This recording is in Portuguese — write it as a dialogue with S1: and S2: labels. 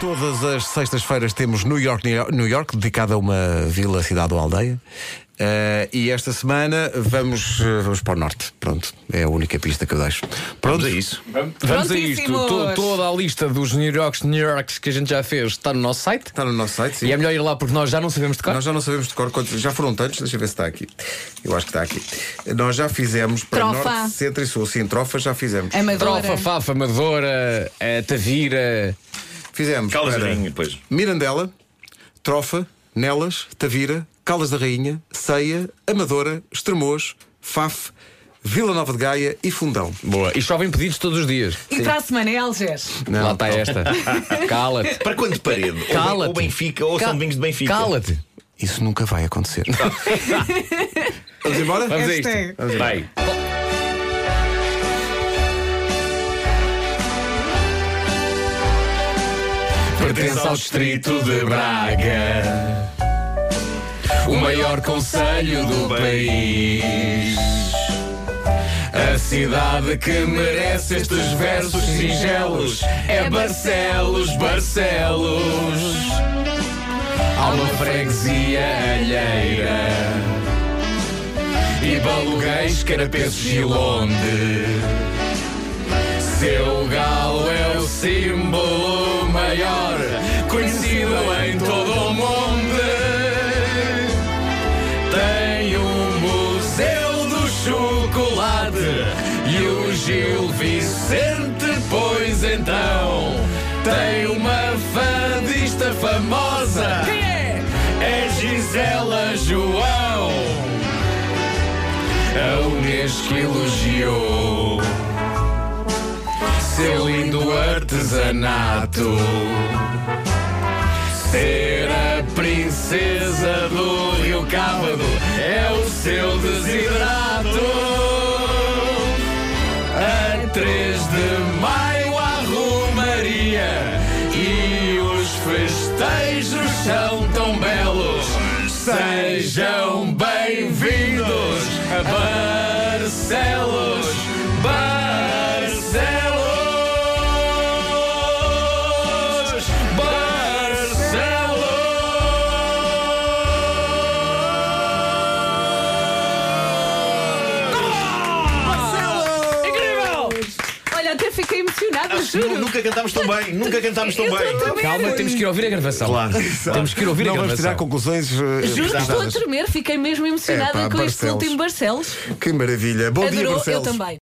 S1: Todas as sextas-feiras temos New York, New York- New York, dedicado a uma vila, cidade ou aldeia. Eh, e esta semana vamos, eh, vamos para o norte. Pronto, é a única pista que eu deixo. Pronto,
S2: Vamos a isso.
S3: Vamos a isto.
S4: Prontíssimos.
S3: To- toda a lista dos New Yorks, New Yorks que a gente já fez está no nosso site.
S1: Está no nosso site, sim.
S3: E é melhor ir lá porque nós já não sabemos de cor.
S1: Nós já não sabemos de cor quantos. Já foram tantos, deixa eu ver se está aqui. Eu acho que está aqui. Nós já fizemos para
S4: Trofa. É
S1: Norte, Centro e Sul. Sim, trofa já fizemos.
S4: Amadora.
S3: Trofa, Fafa, Amadora, eh, Tavira.
S1: Fizemos.
S2: Caldas da
S1: para
S2: Rainha, depois.
S1: Mirandela, Trofa, Nelas, Tavira, Caldas da Rainha, Ceia, Amadora, Estremoz, Faf, Vila Nova de Gaia e Fundão.
S3: Boa. E chovem pedidos todos os dias.
S4: E para a semana é Algés.
S3: lá está esta. Cala-te.
S2: Para quando parede? Ou Ben-
S3: Cala-te.
S2: Ou Benfica, ou
S3: Ca-
S2: São Domingos de Benfica.
S3: Cala-te.
S1: Isso nunca vai acontecer. Tá. Vamos embora?
S3: Vamos a
S4: Hashtag.
S3: isto.
S2: Vai.
S3: Pertence ao distrito de Braga. O maior conselho do país. A cidade que merece estes versos singelos é Barcelos, Barcelos. Há uma freguesia alheira e baluguês, carapeços e londe. Seu galo é o símbolo maior, conhecido em todo o mundo. Tem o Museu do Chocolate e o Gil Vicente, pois então. Tem uma fadista famosa. Quem é? É Gisela João. A Unesco elogiou seu lindo artesanato. Ser a princesa do Rio Cábado é o seu desidrato. A 3 de maio a Romaria e os festejos são tão belos. Sejam bem-vindos a Barcelos, Barcelos, Barcelos. Incrível!
S4: Olha, até fiquei emocionada,
S2: Nu-
S4: juro.
S2: Nunca cantámos tão bem, nunca cantámos tão
S4: Eu
S2: bem.
S4: estou a tremer.
S3: Calma, temos que ir ouvir a gravação.
S2: Claro.
S3: Temos que ir ouvir
S1: Não
S3: a
S1: vamos
S3: gravação.
S1: tirar conclusões. eh,
S4: Juro que estou a
S1: precipitadas.
S4: tremer, fiquei mesmo emocionada
S1: Epá,
S4: com este
S1: Barcelos.
S4: último Barcelos.
S1: Que maravilha. Bom dia,
S4: Adorou, eu
S1: Barcelos.
S4: também.